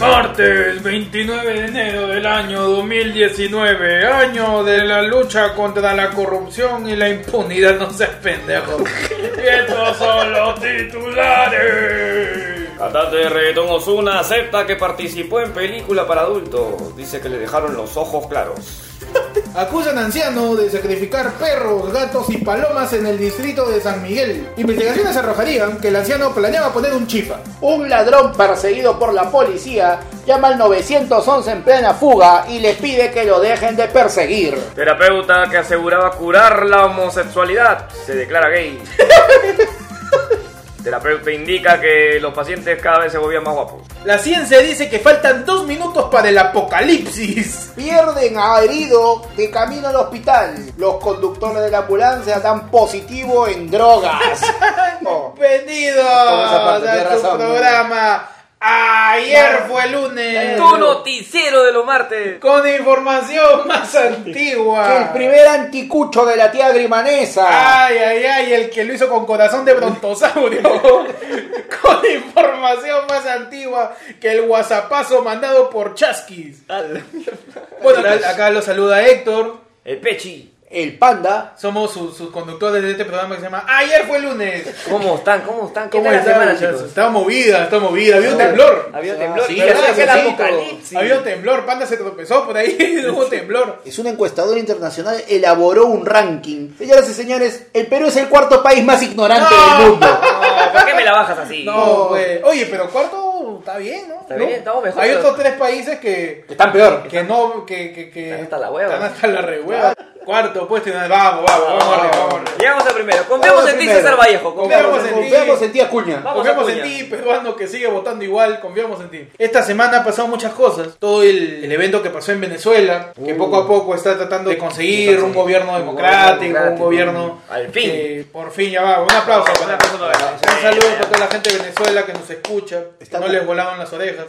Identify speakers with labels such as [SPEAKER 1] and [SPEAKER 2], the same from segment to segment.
[SPEAKER 1] Martes 29 de enero del año 2019, año de la lucha contra la corrupción y la impunidad, no seas pendejo. y estos son los titulares.
[SPEAKER 2] Cantante de reggaetón Osuna acepta que participó en película para adultos. Dice que le dejaron los ojos claros.
[SPEAKER 3] Acusan a anciano de sacrificar perros, gatos y palomas en el distrito de San Miguel. Investigaciones arrojarían que el anciano planeaba poner un chifa.
[SPEAKER 4] Un ladrón perseguido por la policía llama al 911 en plena fuga y les pide que lo dejen de perseguir.
[SPEAKER 2] Terapeuta que aseguraba curar la homosexualidad se declara gay. Terapeuta indica que los pacientes cada vez se volvían más guapos.
[SPEAKER 3] La ciencia dice que faltan dos minutos para el apocalipsis.
[SPEAKER 4] Pierden a herido de camino al hospital. Los conductores de la ambulancia dan positivo en drogas. Oh.
[SPEAKER 3] Bienvenidos
[SPEAKER 4] Con esa parte
[SPEAKER 3] a
[SPEAKER 4] tiene
[SPEAKER 3] tu
[SPEAKER 4] razón, ¿no?
[SPEAKER 3] programa. Ayer fue lunes.
[SPEAKER 2] Tu noticiero de los martes.
[SPEAKER 3] Con información más
[SPEAKER 4] El Ah.
[SPEAKER 3] antigua.
[SPEAKER 4] primer anticucho de la tía Grimanesa.
[SPEAKER 3] Ay, ay, ay, el que lo hizo con corazón de brontosaurio. con información más antigua que el whatsappazo mandado por Chasquis. Bueno, pues, acá, acá lo saluda Héctor.
[SPEAKER 2] El Pechi.
[SPEAKER 4] El panda.
[SPEAKER 3] Somos sus, sus conductores de este programa que se llama Ayer fue lunes.
[SPEAKER 2] ¿Cómo están? ¿Cómo están? ¿Qué
[SPEAKER 3] ¿Cómo
[SPEAKER 2] tal la
[SPEAKER 3] están,
[SPEAKER 2] semana,
[SPEAKER 3] muchachos?
[SPEAKER 2] chicos?
[SPEAKER 3] Está movida, está movida. Había un temblor.
[SPEAKER 2] Había
[SPEAKER 4] Ah,
[SPEAKER 2] temblor.
[SPEAKER 4] sí,
[SPEAKER 2] Y parece
[SPEAKER 4] verdad,
[SPEAKER 2] que era
[SPEAKER 4] sí,
[SPEAKER 2] apocalipsis.
[SPEAKER 3] Había un temblor. Panda se tropezó por ahí. Hubo temblor.
[SPEAKER 4] Es un encuestador internacional, elaboró un ranking. Señoras y señores, el Perú es el cuarto país más ignorante del mundo.
[SPEAKER 2] No, ¿Por qué me la bajas así?
[SPEAKER 3] No, güey. Oye, pero cuarto está bien, ¿no?
[SPEAKER 2] Está
[SPEAKER 3] ¿No?
[SPEAKER 2] bien, estamos mejor.
[SPEAKER 3] Hay otros tres países que.
[SPEAKER 4] Están peor.
[SPEAKER 3] Que no, que, que, que
[SPEAKER 2] Están hasta la hueva.
[SPEAKER 3] Están hasta la rehueva. Cuarto puesto y nada, vamos, vamos, vamos, arriba, vamos. arriba.
[SPEAKER 2] Llegamos al primero. Confiamos
[SPEAKER 4] Vamos
[SPEAKER 2] en ti,
[SPEAKER 4] primero.
[SPEAKER 2] César Vallejo. Confiamos en
[SPEAKER 3] en
[SPEAKER 2] ti.
[SPEAKER 3] ti.
[SPEAKER 4] Confiamos en ti, Acuña.
[SPEAKER 2] Vamos,
[SPEAKER 3] Confiamos en
[SPEAKER 2] Acuña.
[SPEAKER 3] ti, peruano que sigue votando igual, confiamos en ti. Esta semana han pasado muchas cosas. Todo el, el evento que pasó en Venezuela, que poco a poco está tratando de conseguir Uh. un gobierno democrático, un
[SPEAKER 2] democrático.
[SPEAKER 3] gobierno.
[SPEAKER 2] Al fin.
[SPEAKER 3] que por fin ya va. Un aplauso, un aplauso. Un saludo para toda la gente de Venezuela que nos escucha. que
[SPEAKER 4] Está
[SPEAKER 3] no
[SPEAKER 4] mal.
[SPEAKER 3] les volaban las orejas.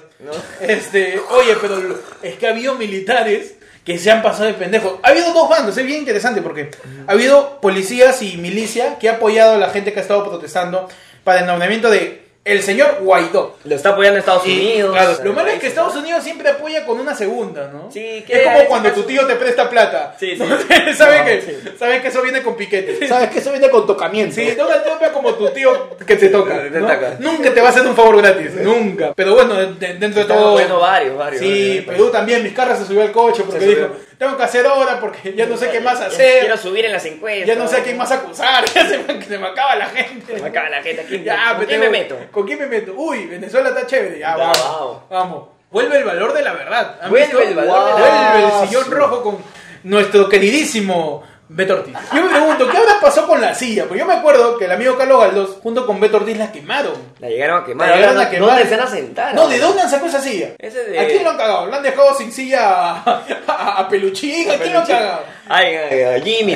[SPEAKER 3] Este, oye, pero lo- es que ha habido militares que se han pasado de pendejos. Ha habido dos bandos, es bien interesante porque ha habido policías y milicia que ha apoyado a la gente que ha estado protestando para el nombramiento de el señor Guaidó.
[SPEAKER 2] Lo está apoyando Estados
[SPEAKER 3] Y,
[SPEAKER 2] Unidos.
[SPEAKER 3] claro, lo malo es que
[SPEAKER 2] Países,
[SPEAKER 3] Estados
[SPEAKER 2] ¿no?
[SPEAKER 3] Unidos siempre apoya con una segunda, ¿no?
[SPEAKER 2] Sí, que
[SPEAKER 3] es
[SPEAKER 2] hay
[SPEAKER 3] como cuando
[SPEAKER 2] casos-
[SPEAKER 3] tu tío te presta plata.
[SPEAKER 2] Sí, sí.
[SPEAKER 3] ¿Sabe,
[SPEAKER 2] No,
[SPEAKER 3] que,
[SPEAKER 2] sí.
[SPEAKER 3] sabe que eso viene con piquete.
[SPEAKER 4] ¿Sabes qué? Eso viene con tocamiento.
[SPEAKER 3] Sí, Donald Trump es como tu tío que te toca.
[SPEAKER 2] Te
[SPEAKER 3] ¿no?
[SPEAKER 2] toca.
[SPEAKER 3] Nunca te va a hacer un favor gratis, nunca. Pero bueno, de- de- dentro de
[SPEAKER 2] Están
[SPEAKER 3] todo.
[SPEAKER 2] apoyando varios, varios.
[SPEAKER 3] Sí,
[SPEAKER 2] varios.
[SPEAKER 3] Perú también, Vizcarra se subió al coche porque
[SPEAKER 2] Se
[SPEAKER 3] dijo,
[SPEAKER 2] subió. Eh,
[SPEAKER 3] tengo que hacer hora porque ya no sé qué más
[SPEAKER 2] Quiero eh".
[SPEAKER 3] hacer,
[SPEAKER 2] subir en las encuestas.
[SPEAKER 3] ya no sé a quién más acusar, ya se me, se me acaba la gente.
[SPEAKER 2] Me acaba la gente aquí.
[SPEAKER 3] Ya,
[SPEAKER 2] ¿Con
[SPEAKER 3] pues
[SPEAKER 2] quién me
[SPEAKER 3] tengo-
[SPEAKER 2] meto?
[SPEAKER 3] ¿Con quién me meto? Uy, Venezuela está chévere. Ya,
[SPEAKER 2] Ya,
[SPEAKER 3] vamos,
[SPEAKER 2] vamos.
[SPEAKER 3] vamos. Vuelve el valor de la verdad. ¿Han
[SPEAKER 2] Vuelve
[SPEAKER 3] visto?
[SPEAKER 2] el valor
[SPEAKER 4] de la
[SPEAKER 3] Vuelve
[SPEAKER 4] verdad.
[SPEAKER 3] el sillón rojo con nuestro queridísimo Beto Ortiz. Yo me pregunto, ¿qué habrá pasado con la silla? Pues yo me acuerdo que el amigo Carlos Galdós, junto con Beto Ortiz, la quemaron.
[SPEAKER 2] La llegaron a quemar.
[SPEAKER 3] La llegaron
[SPEAKER 2] Ahora
[SPEAKER 3] a
[SPEAKER 2] no-
[SPEAKER 3] quemar.
[SPEAKER 2] No te a sentar.
[SPEAKER 3] No, ¿de dónde han sacado esa silla?
[SPEAKER 2] Ese de-
[SPEAKER 3] ¿A quién lo han cagado? ¿Lo han dejado sin silla a, a, a Peluchín? ¿A quién lo han cagado?
[SPEAKER 2] Ay, ay, ay, Jimmy.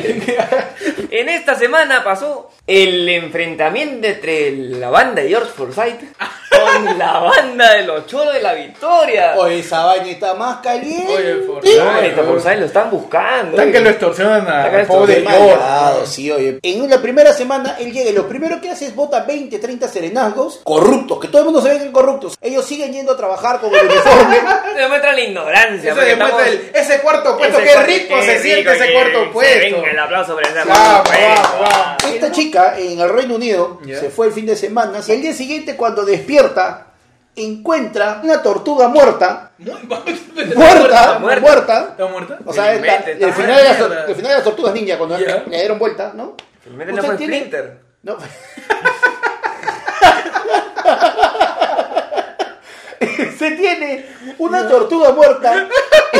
[SPEAKER 2] en esta semana pasó el enfrentamiento entre la banda de George Forsyth con la banda de los choros de la victoria.
[SPEAKER 4] O esa vaina está más caliente.
[SPEAKER 3] Ah. Oye, por
[SPEAKER 2] No, neta, Forsyth lo están buscando. eh.
[SPEAKER 3] Tan que lo extorsionan
[SPEAKER 2] Tan que
[SPEAKER 3] a
[SPEAKER 2] lo
[SPEAKER 3] pobre
[SPEAKER 2] extorsionan.
[SPEAKER 3] George.
[SPEAKER 4] Malvado, sí, oye. En la primera semana él llega y lo primero que hace es vota 20, 30 serenazgos corruptos, que todo el mundo se ve que son corruptos. Ellos siguen yendo a trabajar con el uniforme.
[SPEAKER 2] Se demuestra la ignorancia.
[SPEAKER 3] Eso
[SPEAKER 2] porque
[SPEAKER 3] demuestra
[SPEAKER 2] estamos-
[SPEAKER 3] el- ese cuarto puesto,
[SPEAKER 2] Ese
[SPEAKER 3] qué
[SPEAKER 2] cuarto-
[SPEAKER 3] rico
[SPEAKER 2] qué
[SPEAKER 3] se siente ese
[SPEAKER 2] que-
[SPEAKER 3] cuarto
[SPEAKER 2] que
[SPEAKER 3] puesto.
[SPEAKER 2] Venga, el aplauso para ese
[SPEAKER 3] Vamos,
[SPEAKER 2] cuarto puesto.
[SPEAKER 3] vamos, vamos.
[SPEAKER 4] Esta chica en el Reino Unido
[SPEAKER 3] Ya.
[SPEAKER 4] se fue el fin de semana y el día siguiente cuando despierta encuentra una tortuga muerta. Muerta,
[SPEAKER 2] muerta.
[SPEAKER 4] muerta.
[SPEAKER 3] ¿Está muerta?
[SPEAKER 4] O sea, esta-
[SPEAKER 2] Felizmente,
[SPEAKER 4] el,
[SPEAKER 2] está
[SPEAKER 4] final de las,
[SPEAKER 3] muerta.
[SPEAKER 4] el final de las tortugas ninja, cuando
[SPEAKER 3] Ya.
[SPEAKER 4] le dieron vuelta, ¿no?
[SPEAKER 3] Pues
[SPEAKER 2] Felizmente no
[SPEAKER 4] Usted
[SPEAKER 2] fue
[SPEAKER 4] tiene-
[SPEAKER 2] Splinter.
[SPEAKER 4] No. Se tiene una tortuga muerta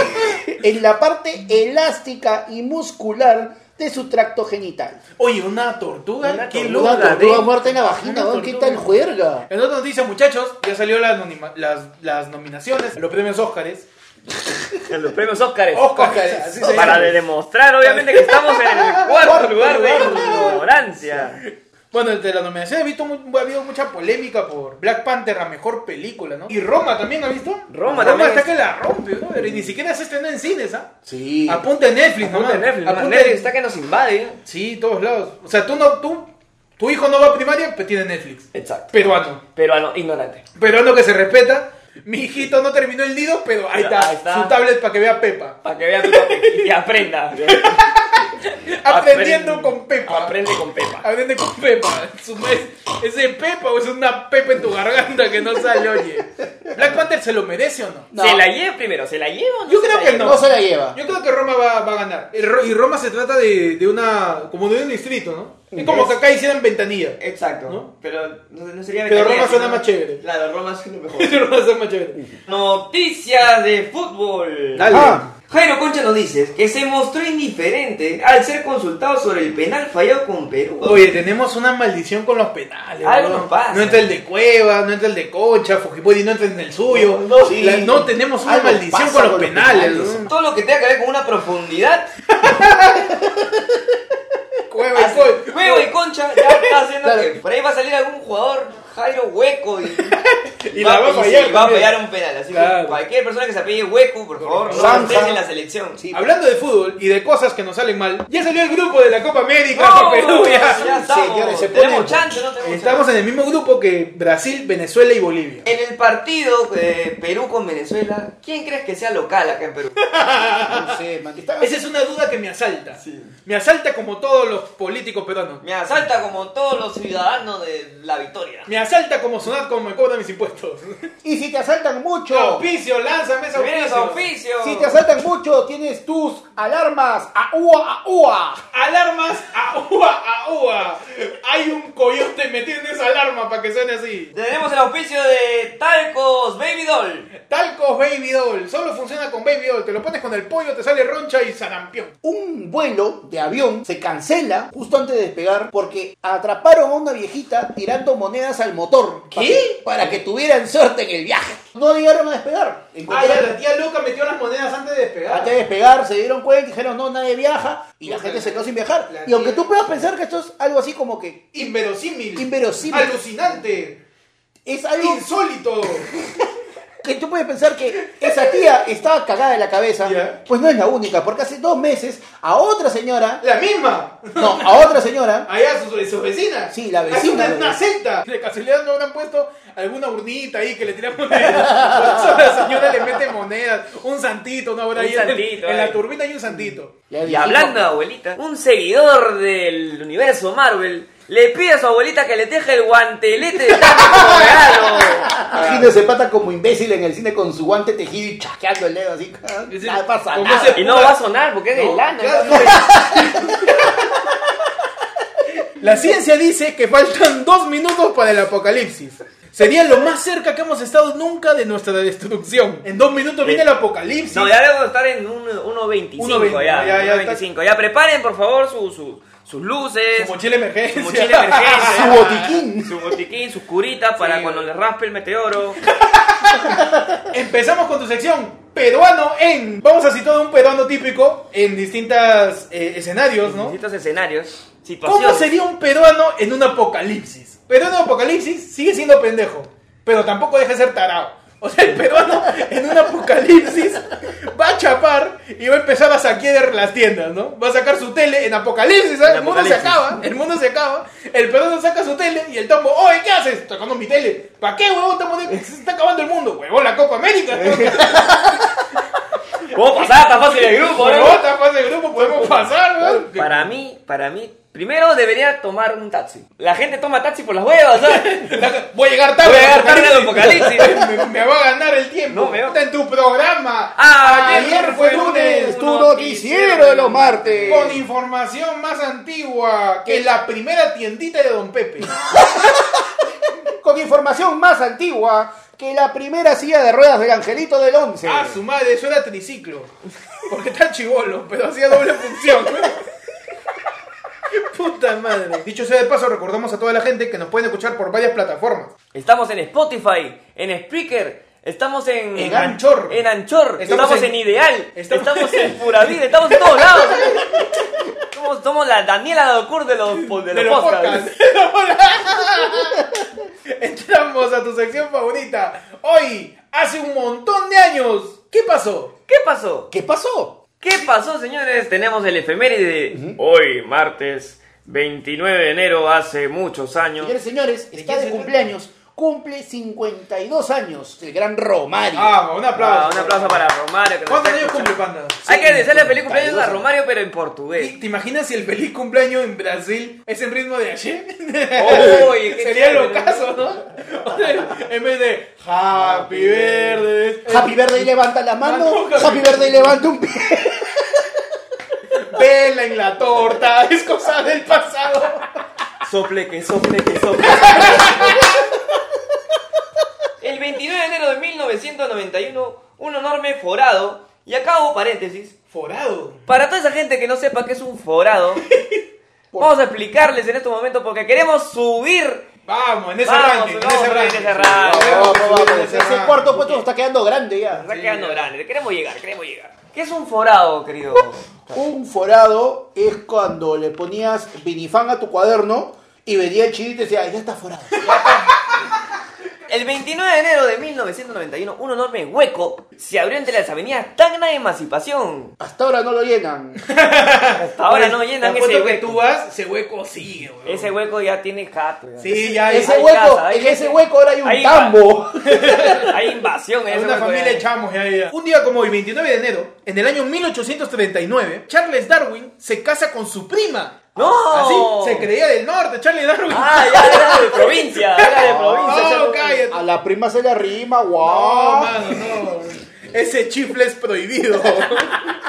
[SPEAKER 4] en la parte elástica y muscular de su tracto genital.
[SPEAKER 3] Oye, una tortuga,
[SPEAKER 2] Una
[SPEAKER 3] qué loca.
[SPEAKER 2] tortuga.
[SPEAKER 3] ¿eh?
[SPEAKER 4] Una tortuga
[SPEAKER 2] de-
[SPEAKER 4] muerta en la vagina,
[SPEAKER 3] una
[SPEAKER 4] weón, ¿qué
[SPEAKER 3] tortuga.
[SPEAKER 4] tal juerga?
[SPEAKER 3] En otra noticia, muchachos, ya salió la anonima- las, las nominaciones a los premios Óscares.
[SPEAKER 2] En los premios Óscares.
[SPEAKER 3] Oh, Óscares, así se
[SPEAKER 2] Para
[SPEAKER 3] llama.
[SPEAKER 2] de demostrar, obviamente, que estamos en el cuarto lugar de ignorancia.
[SPEAKER 3] Bueno, entre las nominaciones he visto mu- ha habido mucha polémica por Black Panther, la mejor película, ¿no? Y Roma también, ¿ha visto?
[SPEAKER 2] Roma también
[SPEAKER 3] está
[SPEAKER 2] es-
[SPEAKER 3] que la rompe, ¿no? Pero ni siquiera se estrenó en cines, ¿ah?
[SPEAKER 4] Sí.
[SPEAKER 3] Apunta en Netflix,
[SPEAKER 2] Apunta
[SPEAKER 3] nomás.
[SPEAKER 2] en Netflix,
[SPEAKER 3] Apunta
[SPEAKER 2] ¿no?
[SPEAKER 3] en-
[SPEAKER 2] Netflix está que nos invade.
[SPEAKER 3] Sí, todos lados. O sea, tú no, tú, tu hijo no va a primaria, pero tiene Netflix.
[SPEAKER 2] Exacto.
[SPEAKER 3] Peruano.
[SPEAKER 2] Peruano, ignorante.
[SPEAKER 3] Peruano que se respeta. Mi hijito no terminó el nido, pero ahí está,
[SPEAKER 2] Ahí está.
[SPEAKER 3] su tablet para que vea Pepa.
[SPEAKER 2] Para que vea tu papel y aprenda.
[SPEAKER 3] Aprendiendo con Pepa.
[SPEAKER 2] Aprende con Pepa.
[SPEAKER 3] Aprende con Pepa. Su mes- ese Pepa o es una Pepa en tu garganta que no sale, oye. ¿Black Panther se lo merece o no?
[SPEAKER 4] No.
[SPEAKER 2] ¿Se la lleva primero? ¿Se la lleva o no
[SPEAKER 3] Yo
[SPEAKER 2] se
[SPEAKER 3] creo
[SPEAKER 2] la
[SPEAKER 3] que
[SPEAKER 2] lleva?
[SPEAKER 4] No se la lleva.
[SPEAKER 3] Yo creo que Roma va, va a ganar. El Ro- Y Roma se trata de, de una. como de un distrito, ¿no? Es como que acá hicieran ventanilla.
[SPEAKER 2] Exacto.
[SPEAKER 3] ¿No?
[SPEAKER 2] Pero no, no sería
[SPEAKER 3] Pero
[SPEAKER 2] Betanía,
[SPEAKER 3] Roma suena
[SPEAKER 2] sino-
[SPEAKER 3] más chévere.
[SPEAKER 2] Claro, Roma suena mejor.
[SPEAKER 3] Eso lo va a hacer más chévere.
[SPEAKER 2] Noticias de fútbol.
[SPEAKER 3] Dale.
[SPEAKER 4] Ah,
[SPEAKER 2] Jairo Concha nos dice que se mostró indiferente al ser consultado sobre el penal fallado con Perú.
[SPEAKER 3] Oye, tenemos una maldición con los penales.
[SPEAKER 2] Algo
[SPEAKER 3] weón.
[SPEAKER 2] pasa.
[SPEAKER 3] No entra el de Cueva, no entra el de Concha, Fujimori no entra en el suyo.
[SPEAKER 4] No,
[SPEAKER 3] La- No,
[SPEAKER 4] sí.
[SPEAKER 3] tenemos una
[SPEAKER 4] Algo
[SPEAKER 3] maldición
[SPEAKER 4] pasa
[SPEAKER 3] con los
[SPEAKER 4] con los
[SPEAKER 3] penales.
[SPEAKER 4] penales.
[SPEAKER 3] ¿no?
[SPEAKER 2] Todo lo que tenga que ver con una profundidad,
[SPEAKER 3] Cueva y Cueva.
[SPEAKER 2] hace- huevo y concha, ya está haciendo
[SPEAKER 4] Claro.
[SPEAKER 2] que por ahí va a salir algún jugador Jairo hueco y,
[SPEAKER 3] Y la va a fallar
[SPEAKER 2] y va a
[SPEAKER 3] también.
[SPEAKER 2] fallar un penal. Así
[SPEAKER 3] Claro.
[SPEAKER 2] que cualquier persona que se apellide hueco, por favor, no
[SPEAKER 4] Sanza.
[SPEAKER 2] lo estés en la selección.
[SPEAKER 4] Sí.
[SPEAKER 3] Hablando de fútbol y de cosas que nos salen mal, ya salió el grupo de la Copa América
[SPEAKER 2] ¡Vamos!
[SPEAKER 3] con Perú. ya.
[SPEAKER 2] Ya estamos.
[SPEAKER 4] Señores, se
[SPEAKER 2] tenemos
[SPEAKER 4] ponen-
[SPEAKER 2] chance, no tenemos
[SPEAKER 3] Estamos
[SPEAKER 2] chance.
[SPEAKER 3] en el mismo grupo que Brasil, Venezuela y Bolivia.
[SPEAKER 2] En el partido eh, Perú con Venezuela, ¿quién crees que sea local acá en Perú?
[SPEAKER 4] no sé, man. Está-
[SPEAKER 3] Esa es una duda que me asalta. Me asalta como todos los políticos peruanos.
[SPEAKER 2] Me asalta como todos los ciudadanos de la victoria.
[SPEAKER 3] Me asalta como sonar como me cobran mis impuestos.
[SPEAKER 4] Y si te asaltan mucho,
[SPEAKER 3] Auspicio, lánzame ese
[SPEAKER 2] Se viene su
[SPEAKER 3] auspicio.
[SPEAKER 2] oficio.
[SPEAKER 4] si te asaltan mucho, tienes tus alarmas. ¡Aúa, aúa!
[SPEAKER 3] Alarmas a UA, a UA. Hay un coyote metido en esa alarma para que suene así.
[SPEAKER 2] Tenemos el oficio de Talcos Baby Doll.
[SPEAKER 3] Talcos Baby Doll. Solo funciona con Baby Doll. Te lo pones con el pollo, te sale roncha y sarampión.
[SPEAKER 4] Un vuelo de avión se cancela justo antes de despegar porque atraparon a una viejita tirando monedas al motor. ¿Qué? Para que, para que tuvieran suerte en el viaje. No llegaron a despegar.
[SPEAKER 3] Ah, ya, la
[SPEAKER 4] Encontraron-
[SPEAKER 3] tía loca metió las monedas antes de despegar.
[SPEAKER 4] Antes de despegar se dieron cuenta y dijeron no, nadie viaja y la
[SPEAKER 3] Puta,
[SPEAKER 4] gente se
[SPEAKER 3] la-
[SPEAKER 4] quedó sin viajar.
[SPEAKER 3] la
[SPEAKER 4] Y aunque
[SPEAKER 3] tía-
[SPEAKER 4] tú puedas pensar que esto es algo así como que
[SPEAKER 3] Inverosímil.
[SPEAKER 4] Inverosímil.
[SPEAKER 3] Alucinante.
[SPEAKER 4] es algo
[SPEAKER 3] Insólito.
[SPEAKER 4] que tú puedes pensar que esa tía estaba cagada de la cabeza,
[SPEAKER 3] Ya.
[SPEAKER 4] pues no es la única, porque hace dos meses a otra señora,
[SPEAKER 3] La misma.
[SPEAKER 4] no, a otra señora
[SPEAKER 3] Allá sus, sus vecinas.
[SPEAKER 4] Sí, la vecina,
[SPEAKER 3] Hace una,
[SPEAKER 4] la
[SPEAKER 3] una
[SPEAKER 4] vecina.
[SPEAKER 3] secta. De casualidad no habrán puesto alguna urnita ahí que le tiran monedas. Por eso la señora le mete monedas. Un santito, una hora
[SPEAKER 2] Un
[SPEAKER 3] ahí. en el-
[SPEAKER 2] santito,
[SPEAKER 3] en,
[SPEAKER 2] ahí.
[SPEAKER 3] la turbina hay un santito.
[SPEAKER 4] Le
[SPEAKER 2] Y
[SPEAKER 4] dijo-
[SPEAKER 2] hablando de abuelita, un seguidor del universo Marvel le pide a su abuelita que le deje el guantelete de Thanos como
[SPEAKER 4] "Ah,
[SPEAKER 2] regalo.
[SPEAKER 4] Imagínese pata como imbécil en el cine con su guante tejido y chasqueando el dedo así.
[SPEAKER 3] Sí, sí.
[SPEAKER 4] No pasa
[SPEAKER 3] Como
[SPEAKER 4] nada.
[SPEAKER 3] ese-
[SPEAKER 2] Y no va a sonar porque es de
[SPEAKER 3] No,
[SPEAKER 2] lana.
[SPEAKER 3] claro,
[SPEAKER 2] ¿no?
[SPEAKER 3] no, es- La ciencia dice que faltan dos minutos para el apocalipsis. Sería lo más cerca que hemos estado nunca de nuestra destrucción. En dos minutos viene el apocalipsis.
[SPEAKER 2] No, ya debo estar en un- 1.25
[SPEAKER 3] 1.25,
[SPEAKER 2] ya.
[SPEAKER 3] ya, ya
[SPEAKER 2] 1.25. Ya preparen por favor su- su- sus luces,
[SPEAKER 3] Su mochila emergencia.
[SPEAKER 2] su mochila emergencia,
[SPEAKER 4] Su botiquín.
[SPEAKER 2] su botiquín, sus curitas para
[SPEAKER 3] Sí.
[SPEAKER 2] cuando les raspe el meteoro.
[SPEAKER 3] Empezamos con tu sección. Peruano en. Vamos a citar un peruano típico en distintos escenarios, ¿no?
[SPEAKER 2] Distintos escenarios, situaciones.
[SPEAKER 3] ¿Cómo sería un peruano en un apocalipsis? Peruano en apocalipsis sigue siendo pendejo, pero tampoco deja de ser tarado. O sea, el peruano en un apocalipsis va a chapar y va a empezar a saquear las tiendas, ¿no? Va a sacar su tele en apocalipsis, ¿sabes?
[SPEAKER 2] En
[SPEAKER 3] El mundo se
[SPEAKER 2] apocalipsis.
[SPEAKER 3] acaba, el mundo se acaba. El peruano saca su tele y el tombo, oye, ¿qué haces? Tocando mi tele. ¿Para qué, huevón? Estamos de- Se está acabando el mundo, huevón, la Copa América.
[SPEAKER 2] ¿Cómo pasaba tan fácil el grupo, no?
[SPEAKER 3] Huevón, está fácil el grupo, podemos pasar, huevón.
[SPEAKER 2] Para mí, para mí, primero debería tomar un taxi. La gente toma taxi por las huevas, ¿sabes?
[SPEAKER 3] Voy a llegar tarde.
[SPEAKER 2] Voy a llegar tarde al apocalipsis.
[SPEAKER 3] me, me va a ganar el tiempo.
[SPEAKER 2] No, me va-
[SPEAKER 3] Está en tu programa.
[SPEAKER 2] Ah,
[SPEAKER 3] ayer fue lunes.
[SPEAKER 4] Tu noticiero de los martes.
[SPEAKER 3] Con información más antigua que la primera tiendita de Don Pepe.
[SPEAKER 4] Con información más antigua que la primera silla de ruedas del Angelito del Once.
[SPEAKER 3] Ah, su madre, eso era triciclo. Porque está chivolo, pero hacía doble función. Puta madre. Dicho sea de paso, recordamos a toda la gente que nos pueden escuchar por varias plataformas.
[SPEAKER 2] Estamos en Spotify, en Spreaker, estamos en...
[SPEAKER 3] En Anchor.
[SPEAKER 2] En Anchor, estamos,
[SPEAKER 3] Estamos
[SPEAKER 2] en,
[SPEAKER 3] en-
[SPEAKER 2] Ideal, estamos,
[SPEAKER 3] estamos-
[SPEAKER 2] en Pura Vida, estamos en todos lados. Somos, somos la Daniela Docur de los, de
[SPEAKER 3] de
[SPEAKER 2] los
[SPEAKER 3] los
[SPEAKER 2] podcasts.
[SPEAKER 3] podcasts. Entramos a tu sección favorita. Hoy, hace un montón de años, ¿qué pasó?
[SPEAKER 2] ¿Qué pasó?
[SPEAKER 4] ¿Qué pasó?
[SPEAKER 2] ¿Qué pasó, señores? Tenemos el efeméride de hoy, martes 29 de enero, hace muchos años.
[SPEAKER 4] Señores, señores, está
[SPEAKER 3] quién
[SPEAKER 4] de
[SPEAKER 3] se
[SPEAKER 4] cumpleaños cumple 52 años, el gran Romario.
[SPEAKER 3] Ah, un aplauso.
[SPEAKER 2] Ah, un aplauso para Romario. que nos
[SPEAKER 3] ¿Cuántos
[SPEAKER 2] está
[SPEAKER 3] años cumple
[SPEAKER 2] escuchando.
[SPEAKER 3] Panda?
[SPEAKER 2] Hay que agradecerle feliz cumpleaños a
[SPEAKER 4] 52.
[SPEAKER 2] Romario, pero en portugués.
[SPEAKER 3] ¿Te imaginas si el feliz cumpleaños en Brasil es en ritmo de ayer?
[SPEAKER 2] Uy, qué
[SPEAKER 3] Sería
[SPEAKER 2] chévere,
[SPEAKER 3] lo caso, ¿no? O sea, en vez de Happy Verdes,
[SPEAKER 4] Happy Verde levanta la mano,
[SPEAKER 3] Mano,
[SPEAKER 4] Happy Verde levanta un pie.
[SPEAKER 3] vela en la torta, es cosa del pasado.
[SPEAKER 5] Sople que sople que sople.
[SPEAKER 2] El 29 de enero de 1991, un enorme forado, y acabo paréntesis,
[SPEAKER 3] Forado.
[SPEAKER 2] para toda esa gente que no sepa qué es un forado, vamos a explicarles en estos momentos porque queremos subir.
[SPEAKER 3] Vamos, en ese
[SPEAKER 2] Vamos,
[SPEAKER 3] ranking, en
[SPEAKER 2] vamos,
[SPEAKER 3] ese
[SPEAKER 2] vamos,
[SPEAKER 3] ranking.
[SPEAKER 2] en ese ranking.
[SPEAKER 3] Debemos
[SPEAKER 4] Vamos,
[SPEAKER 3] subir
[SPEAKER 4] vamos,
[SPEAKER 3] en ese
[SPEAKER 4] Ese
[SPEAKER 3] ranking.
[SPEAKER 4] cuarto puesto nos está quedando grande ya.
[SPEAKER 2] Está quedando grande, queremos llegar, queremos llegar. ¿Qué es un forado, querido?
[SPEAKER 4] Un forado es cuando le ponías vinifán a tu cuaderno y venía el chino y te decía, "Ay, ya está forado.
[SPEAKER 2] El 29 de enero de 1991, un enorme hueco se abrió entre las avenidas Tacna y Emancipación.
[SPEAKER 4] Hasta ahora no lo llenan.
[SPEAKER 2] Hasta ahora no
[SPEAKER 3] Pues, Te
[SPEAKER 2] llenan
[SPEAKER 3] apuesto
[SPEAKER 2] ese
[SPEAKER 3] que tú
[SPEAKER 2] hueco.
[SPEAKER 3] vas, ese hueco sigue, weón.
[SPEAKER 2] Ese hueco ya tiene jato. ya.
[SPEAKER 3] Sí, ya hay.
[SPEAKER 4] Ese
[SPEAKER 2] hay
[SPEAKER 4] hueco,
[SPEAKER 2] casa, hay
[SPEAKER 4] en
[SPEAKER 2] gente.
[SPEAKER 4] ese hueco ahora hay un
[SPEAKER 2] Ahí va.
[SPEAKER 4] tambo.
[SPEAKER 2] Hay invasión en
[SPEAKER 3] Es
[SPEAKER 2] ese
[SPEAKER 3] una
[SPEAKER 2] hueco
[SPEAKER 3] familia
[SPEAKER 2] ya.
[SPEAKER 3] de chamos, ya, ya. Un día como hoy, 29 de enero, en el año 1839, Charles Darwin se casa con su prima.
[SPEAKER 2] ¡No!
[SPEAKER 3] Así, se creía del norte, Charles Darwin.
[SPEAKER 2] Ah, ya era de provincia, era de provincia.
[SPEAKER 3] No,
[SPEAKER 2] ya no-
[SPEAKER 3] cállate.
[SPEAKER 4] A la prima se le arrima,
[SPEAKER 3] No,
[SPEAKER 4] guau.
[SPEAKER 3] mano, no. Ese chifle es prohibido.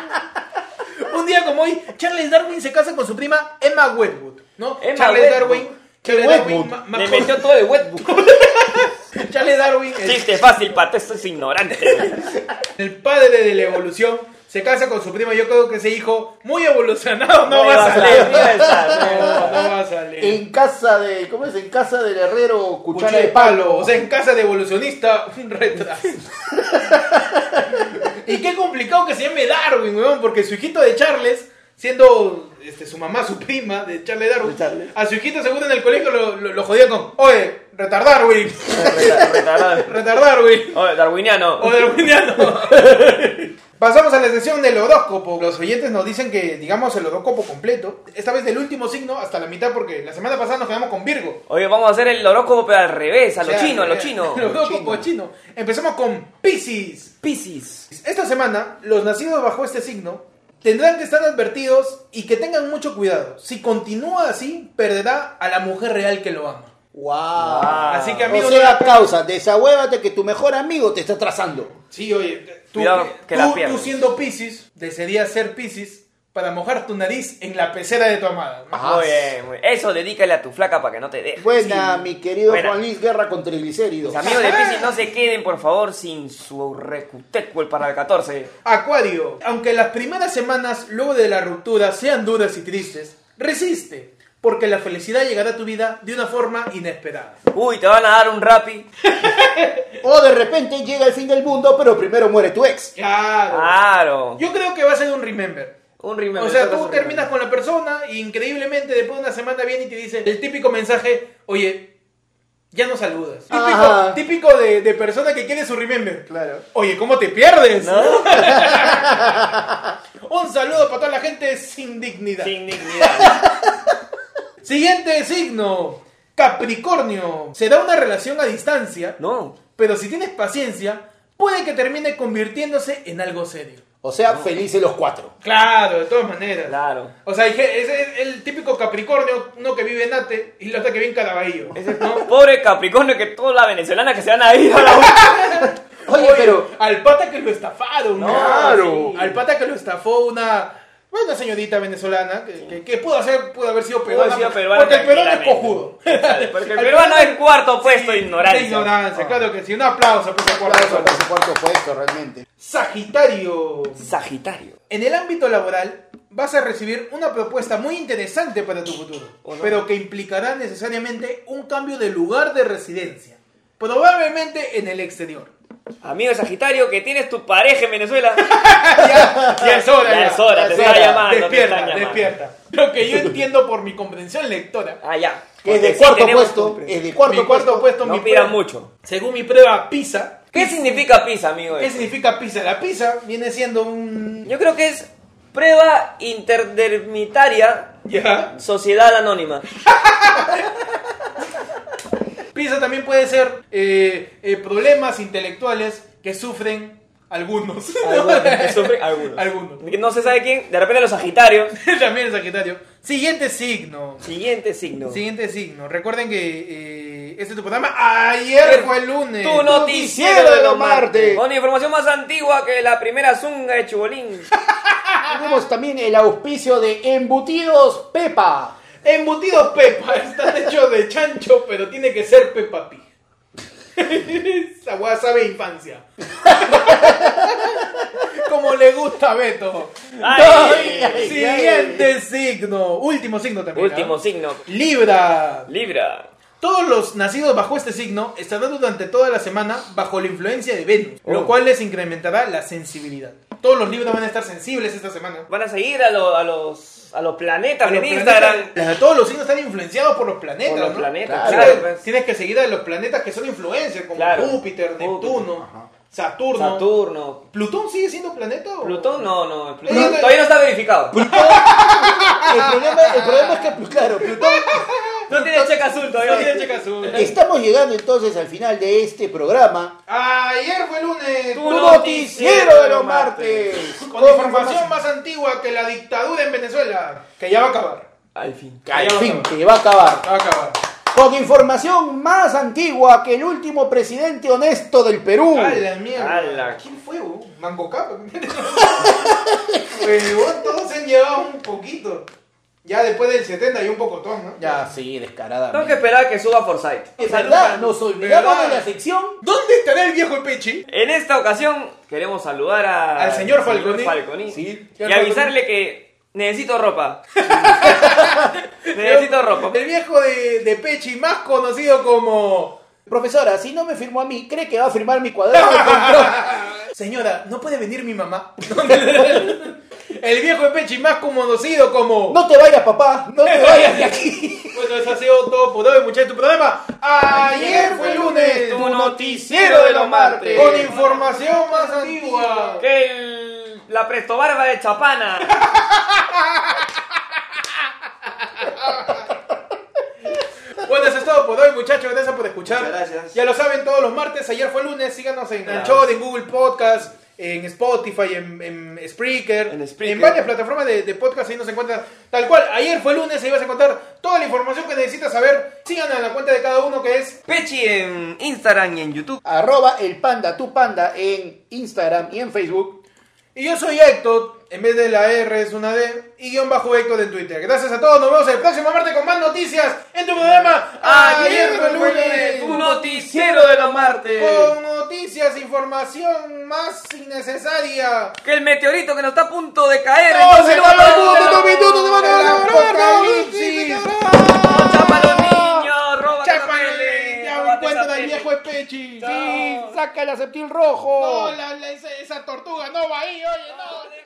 [SPEAKER 3] Un día como hoy, Charles Darwin se casa con su prima Emma Wedgwood, ¿no?
[SPEAKER 2] Emma
[SPEAKER 3] Charles
[SPEAKER 2] Wedgwood.
[SPEAKER 3] Darwin, Charles
[SPEAKER 4] Wedgwood?
[SPEAKER 3] Darwin, ma- ma-
[SPEAKER 2] Le metió todo de wetbook.
[SPEAKER 3] Charles Darwin, el,
[SPEAKER 2] Chiste fácil, pato, esto es ignorante.
[SPEAKER 3] el padre de la evolución, se casa con su prima. Yo creo que ese hijo muy evolucionado no, va
[SPEAKER 2] vas
[SPEAKER 3] a salir.
[SPEAKER 2] no ibas a
[SPEAKER 3] No,
[SPEAKER 2] salir.
[SPEAKER 3] no va a salir.
[SPEAKER 4] En casa de, ¿cómo es? En casa del herrero, cuchara,
[SPEAKER 3] Cuchara
[SPEAKER 4] de palo.
[SPEAKER 3] O sea, en casa de evolucionista, un retraso. y qué complicado que se llame Darwin, weón, porque su hijito de Charles, siendo este, su mamá, su prima de Charles Darwin,
[SPEAKER 4] De Charles.
[SPEAKER 3] a su hijito seguro en el colegio lo, lo, lo jodía con, oye, retardar, Darwin,
[SPEAKER 2] Reta- retardado.
[SPEAKER 3] retardar, Darwin.
[SPEAKER 2] Oye, darwiniano.
[SPEAKER 3] O darwiniano. Pasamos a la sección del horóscopo. Los oyentes nos dicen que digamos el horóscopo completo. Esta vez del último signo hasta la mitad porque la semana pasada nos quedamos con Virgo.
[SPEAKER 2] Oye, vamos a hacer el horóscopo pero al revés, a lo
[SPEAKER 3] O sea,
[SPEAKER 2] chino, a lo
[SPEAKER 3] eh,
[SPEAKER 2] chino.
[SPEAKER 3] Lo veo como chino. Empezamos con Pisces.
[SPEAKER 2] Piscis.
[SPEAKER 3] Esta semana, los nacidos bajo este signo tendrán que estar advertidos y que tengan mucho cuidado. Si continúa así, perderá a la mujer real que lo ama.
[SPEAKER 4] Guau.
[SPEAKER 2] Ah.
[SPEAKER 3] Así que amigo,
[SPEAKER 4] O
[SPEAKER 3] no
[SPEAKER 4] sea,
[SPEAKER 3] la-
[SPEAKER 4] causa, desahuévate que tu mejor amigo te está trazando.
[SPEAKER 3] sí, oye, tú,
[SPEAKER 2] Cuidado que la
[SPEAKER 3] tú-
[SPEAKER 2] pierdes.
[SPEAKER 3] tú siendo Pisces, desearías ser Pisces para mojar tu nariz en la pecera de tu amada. ¿no?
[SPEAKER 4] Ah,
[SPEAKER 2] Muy bien, muy bien. Eso dedícale a tu flaca para que no te deje.
[SPEAKER 4] Buena, mi querido
[SPEAKER 2] Buena.
[SPEAKER 4] Juan Luis Guerra con triglicéridos.
[SPEAKER 2] Los amigos de Piscis no se queden, por favor, sin su recutecuel para el 14.
[SPEAKER 3] Acuario, aunque las primeras semanas luego de la ruptura sean duras y tristes, resiste, porque la felicidad llegará a tu vida de una forma inesperada.
[SPEAKER 2] Uy, te van a dar un rapi.
[SPEAKER 4] O de repente llega el fin del mundo, pero primero muere tu ex.
[SPEAKER 3] Claro.
[SPEAKER 2] Ah. Claro.
[SPEAKER 3] Yo creo que va a ser un remember.
[SPEAKER 2] Un rimel.
[SPEAKER 3] O sea, tú terminas con la persona y increíblemente después de una semana viene y te dice el típico mensaje, oye, ya no saludas. Típico,
[SPEAKER 4] Ajá.
[SPEAKER 3] típico de, de persona que quiere su remember.
[SPEAKER 4] Claro.
[SPEAKER 3] Oye, ¿cómo te pierdes? un saludo para toda la gente sin dignidad.
[SPEAKER 2] Sin dignidad.
[SPEAKER 3] Siguiente signo, Capricornio. Será una relación a distancia,
[SPEAKER 2] No.
[SPEAKER 3] pero si tienes paciencia, puede que termine convirtiéndose en algo serio.
[SPEAKER 4] O sea, felices los cuatro.
[SPEAKER 3] Claro, de todas maneras.
[SPEAKER 2] Claro.
[SPEAKER 3] O sea, dije, ese es el típico Capricornio, uno que vive en Ate y la otra que vive en Caraballo.
[SPEAKER 2] Ese no, pobre Capricornio que toda la venezolana que se van a ir a la
[SPEAKER 4] Oye, pero
[SPEAKER 3] Al pata que lo estafaron.
[SPEAKER 2] No,
[SPEAKER 3] claro.
[SPEAKER 2] sí.
[SPEAKER 3] Al pata que lo estafó una. Una señorita venezolana que, que- que pudo, hacer, pudo haber sido peruana.
[SPEAKER 2] haber sido peruana
[SPEAKER 3] porque el peruano es
[SPEAKER 2] tranquilamente.
[SPEAKER 3] cojudo.
[SPEAKER 2] Porque el peruano es cuarto puesto de ignorancia. Ah.
[SPEAKER 3] De ignorancia, claro que sí. Un aplauso por ese cuarto
[SPEAKER 4] Aplauso por
[SPEAKER 3] puesto.
[SPEAKER 4] su cuarto puesto, realmente.
[SPEAKER 3] Sagitario.
[SPEAKER 2] Sagitario.
[SPEAKER 3] En el ámbito laboral vas a recibir una propuesta muy interesante para tu futuro,
[SPEAKER 2] ¿O no?
[SPEAKER 3] pero que implicará necesariamente un cambio de lugar de residencia, probablemente en el exterior.
[SPEAKER 2] Amigo Sagitario, que tienes tu pareja en Venezuela.
[SPEAKER 3] Ya, ya es hora.
[SPEAKER 2] Ya es hora, te está llamando, te
[SPEAKER 3] Despierta,
[SPEAKER 2] están llamando.
[SPEAKER 3] despierta. Lo que yo entiendo por mi comprensión lectora.
[SPEAKER 2] Ah, ya.
[SPEAKER 4] Que es
[SPEAKER 2] Porque
[SPEAKER 4] de
[SPEAKER 2] sí
[SPEAKER 4] cuarto
[SPEAKER 2] tenemos
[SPEAKER 4] puesto.
[SPEAKER 2] un-
[SPEAKER 4] Es de
[SPEAKER 3] mi
[SPEAKER 4] cuarto
[SPEAKER 3] cuarto
[SPEAKER 4] puesto.
[SPEAKER 3] puesto, mi
[SPEAKER 2] No pidan
[SPEAKER 3] prueba-
[SPEAKER 2] mucho.
[SPEAKER 3] Según mi prueba PISA,
[SPEAKER 2] ¿Qué significa pizza, amigo?
[SPEAKER 3] ¿qué significa PISA? La PISA viene siendo un...
[SPEAKER 2] Yo creo que es prueba interdermitaria
[SPEAKER 3] Ya.
[SPEAKER 2] sociedad anónima.
[SPEAKER 3] PISA también puede ser eh, eh, problemas intelectuales que sufren algunos.
[SPEAKER 5] Algunos, que sufren algunos.
[SPEAKER 3] Algunos.
[SPEAKER 2] No se sabe quién, de repente los Sagitarios.
[SPEAKER 3] también el Sagitario. Siguiente signo.
[SPEAKER 2] Siguiente signo.
[SPEAKER 3] Siguiente signo. Recuerden que eh, este es tu programa. Ayer fue el lunes.
[SPEAKER 2] Tu noticiero de los martes. Con información más antigua que la primera zunga de Chubolín.
[SPEAKER 4] Tenemos también el auspicio de Embutidos Pepa.
[SPEAKER 3] Embutidos Pepa. Están hechos de chancho, pero tiene que ser Pepa Pi. Esa hueá sabe a infancia. Como le gusta a Beto.
[SPEAKER 2] Ay,
[SPEAKER 4] ay,
[SPEAKER 3] Siguiente signo. Último signo también. ¿ah?
[SPEAKER 2] Último signo.
[SPEAKER 3] Libra.
[SPEAKER 2] Libra.
[SPEAKER 3] Todos los nacidos bajo este signo estarán durante toda la semana bajo la influencia de Venus,
[SPEAKER 2] Oh.
[SPEAKER 3] lo cual les incrementará la sensibilidad. Todos los libros van a estar sensibles esta semana.
[SPEAKER 2] Van a seguir a, lo- a los a los planetas
[SPEAKER 3] A los
[SPEAKER 2] en
[SPEAKER 3] planetas-
[SPEAKER 2] Instagram.
[SPEAKER 3] todos los signos están influenciados por los planetas.
[SPEAKER 2] Por los
[SPEAKER 3] ¿no?
[SPEAKER 2] planetas,
[SPEAKER 3] Tienes
[SPEAKER 2] claro,
[SPEAKER 3] que-
[SPEAKER 2] pues.
[SPEAKER 3] Tienes que seguir a los planetas que son influencers, como
[SPEAKER 2] Claro.
[SPEAKER 3] Júpiter,
[SPEAKER 2] Júpiter,
[SPEAKER 3] Neptuno, Saturno.
[SPEAKER 2] Saturno.
[SPEAKER 3] ¿Plutón sigue siendo planeta? o-
[SPEAKER 2] Plutón no, no. Plutón
[SPEAKER 3] Eh, eh,
[SPEAKER 2] todavía no está verificado.
[SPEAKER 4] El problema, el problema es que, pues, claro, Plutón
[SPEAKER 2] No tiene cheque azul, todavía no
[SPEAKER 3] Todavía
[SPEAKER 2] tiene
[SPEAKER 3] checa azul.
[SPEAKER 4] Estamos llegando entonces al final de este programa.
[SPEAKER 3] Ayer fue lunes.
[SPEAKER 2] Tu
[SPEAKER 4] Tu noticiero de los martes.
[SPEAKER 3] Con información más antigua que la dictadura en Venezuela, que ya va a acabar.
[SPEAKER 2] Al fin.
[SPEAKER 4] Que al fin, que va a acabar.
[SPEAKER 3] Va a acabar.
[SPEAKER 4] Con información más antigua que el último presidente honesto del
[SPEAKER 2] Uh.
[SPEAKER 4] Perú.
[SPEAKER 3] ¡A la mierda!
[SPEAKER 2] ¡Ala!
[SPEAKER 3] ¿Quién fue, huevón? ¿Mango Capa? Huevón, todos se han llevado un poquito. Ya después del 70 y un pocotón, ¿no?
[SPEAKER 4] Ya, sí, descarada.
[SPEAKER 2] Tengo que esperar a que suba Forsyth.
[SPEAKER 4] Es verdad, nos olvidamos de la sección.
[SPEAKER 3] ¿Dónde estará el viejo Pechi?
[SPEAKER 2] En esta ocasión queremos saludar a-
[SPEAKER 3] Al señor Falconi.
[SPEAKER 2] Falconi.
[SPEAKER 4] Sí.
[SPEAKER 2] y avisarle que necesito ropa. necesito ropa.
[SPEAKER 3] El viejo de, de Pechi, más conocido como...
[SPEAKER 4] Profesora, si no me firmó a mí, ¿cree que va a firmar mi cuadrado de control?
[SPEAKER 3] Señora, ¿no puede venir mi mamá? el viejo de Pechi, más conocido como...
[SPEAKER 4] No te vayas, papá, no te vayas de aquí.
[SPEAKER 3] Bueno, eso ha sido todo por hoy, muchachos. Tu programa ayer fue lunes.
[SPEAKER 2] Tu noticiero de los martes.
[SPEAKER 3] Con información más antigua.
[SPEAKER 2] Que el- la prestobarba de Chapana.
[SPEAKER 3] Bueno, eso es todo por hoy, muchachos. Gracias por escuchar.
[SPEAKER 5] Muchas gracias.
[SPEAKER 3] Ya lo saben, todos los martes, ayer fue lunes. Síganos en Anchor, en Google Podcast, en Spotify, en, en Spreaker,
[SPEAKER 5] En Spreaker.
[SPEAKER 3] varias plataformas de, de podcast. Ahí nos encuentran. Tal cual, ayer fue lunes. Ahí vas a encontrar toda la información que necesitas saber. Síganos en la cuenta de cada uno que es.
[SPEAKER 2] Pechi en Instagram y en YouTube.
[SPEAKER 4] Arroba el panda, tu panda, en Instagram y en Facebook.
[SPEAKER 3] Y yo soy Héctor. En vez de la R es una D. Y guión bajo Héctor en Twitter. Gracias a todos. Nos vemos el próximo martes con más noticias en tu programa.
[SPEAKER 2] Ayer fue lunes. Tu noticiero de los martes.
[SPEAKER 3] Con noticias, información más innecesaria.
[SPEAKER 2] Que el meteorito que nos está a punto de caer.
[SPEAKER 3] ¡No,
[SPEAKER 2] en
[SPEAKER 3] se
[SPEAKER 2] Perú,
[SPEAKER 3] va
[SPEAKER 2] no,
[SPEAKER 3] el mundo,
[SPEAKER 2] no,
[SPEAKER 3] no, mi mundo, se va a
[SPEAKER 4] ¡El
[SPEAKER 3] acabar, no,
[SPEAKER 4] apocalipsis!
[SPEAKER 3] sí, señora!
[SPEAKER 2] no, Chapa a los niños. Roba
[SPEAKER 3] Chápale, ya me encuentran al viejo espechi.
[SPEAKER 4] Sí, saca el aceptil rojo.
[SPEAKER 3] No, la- la- esa, esa tortuga no va ahí, oye, no.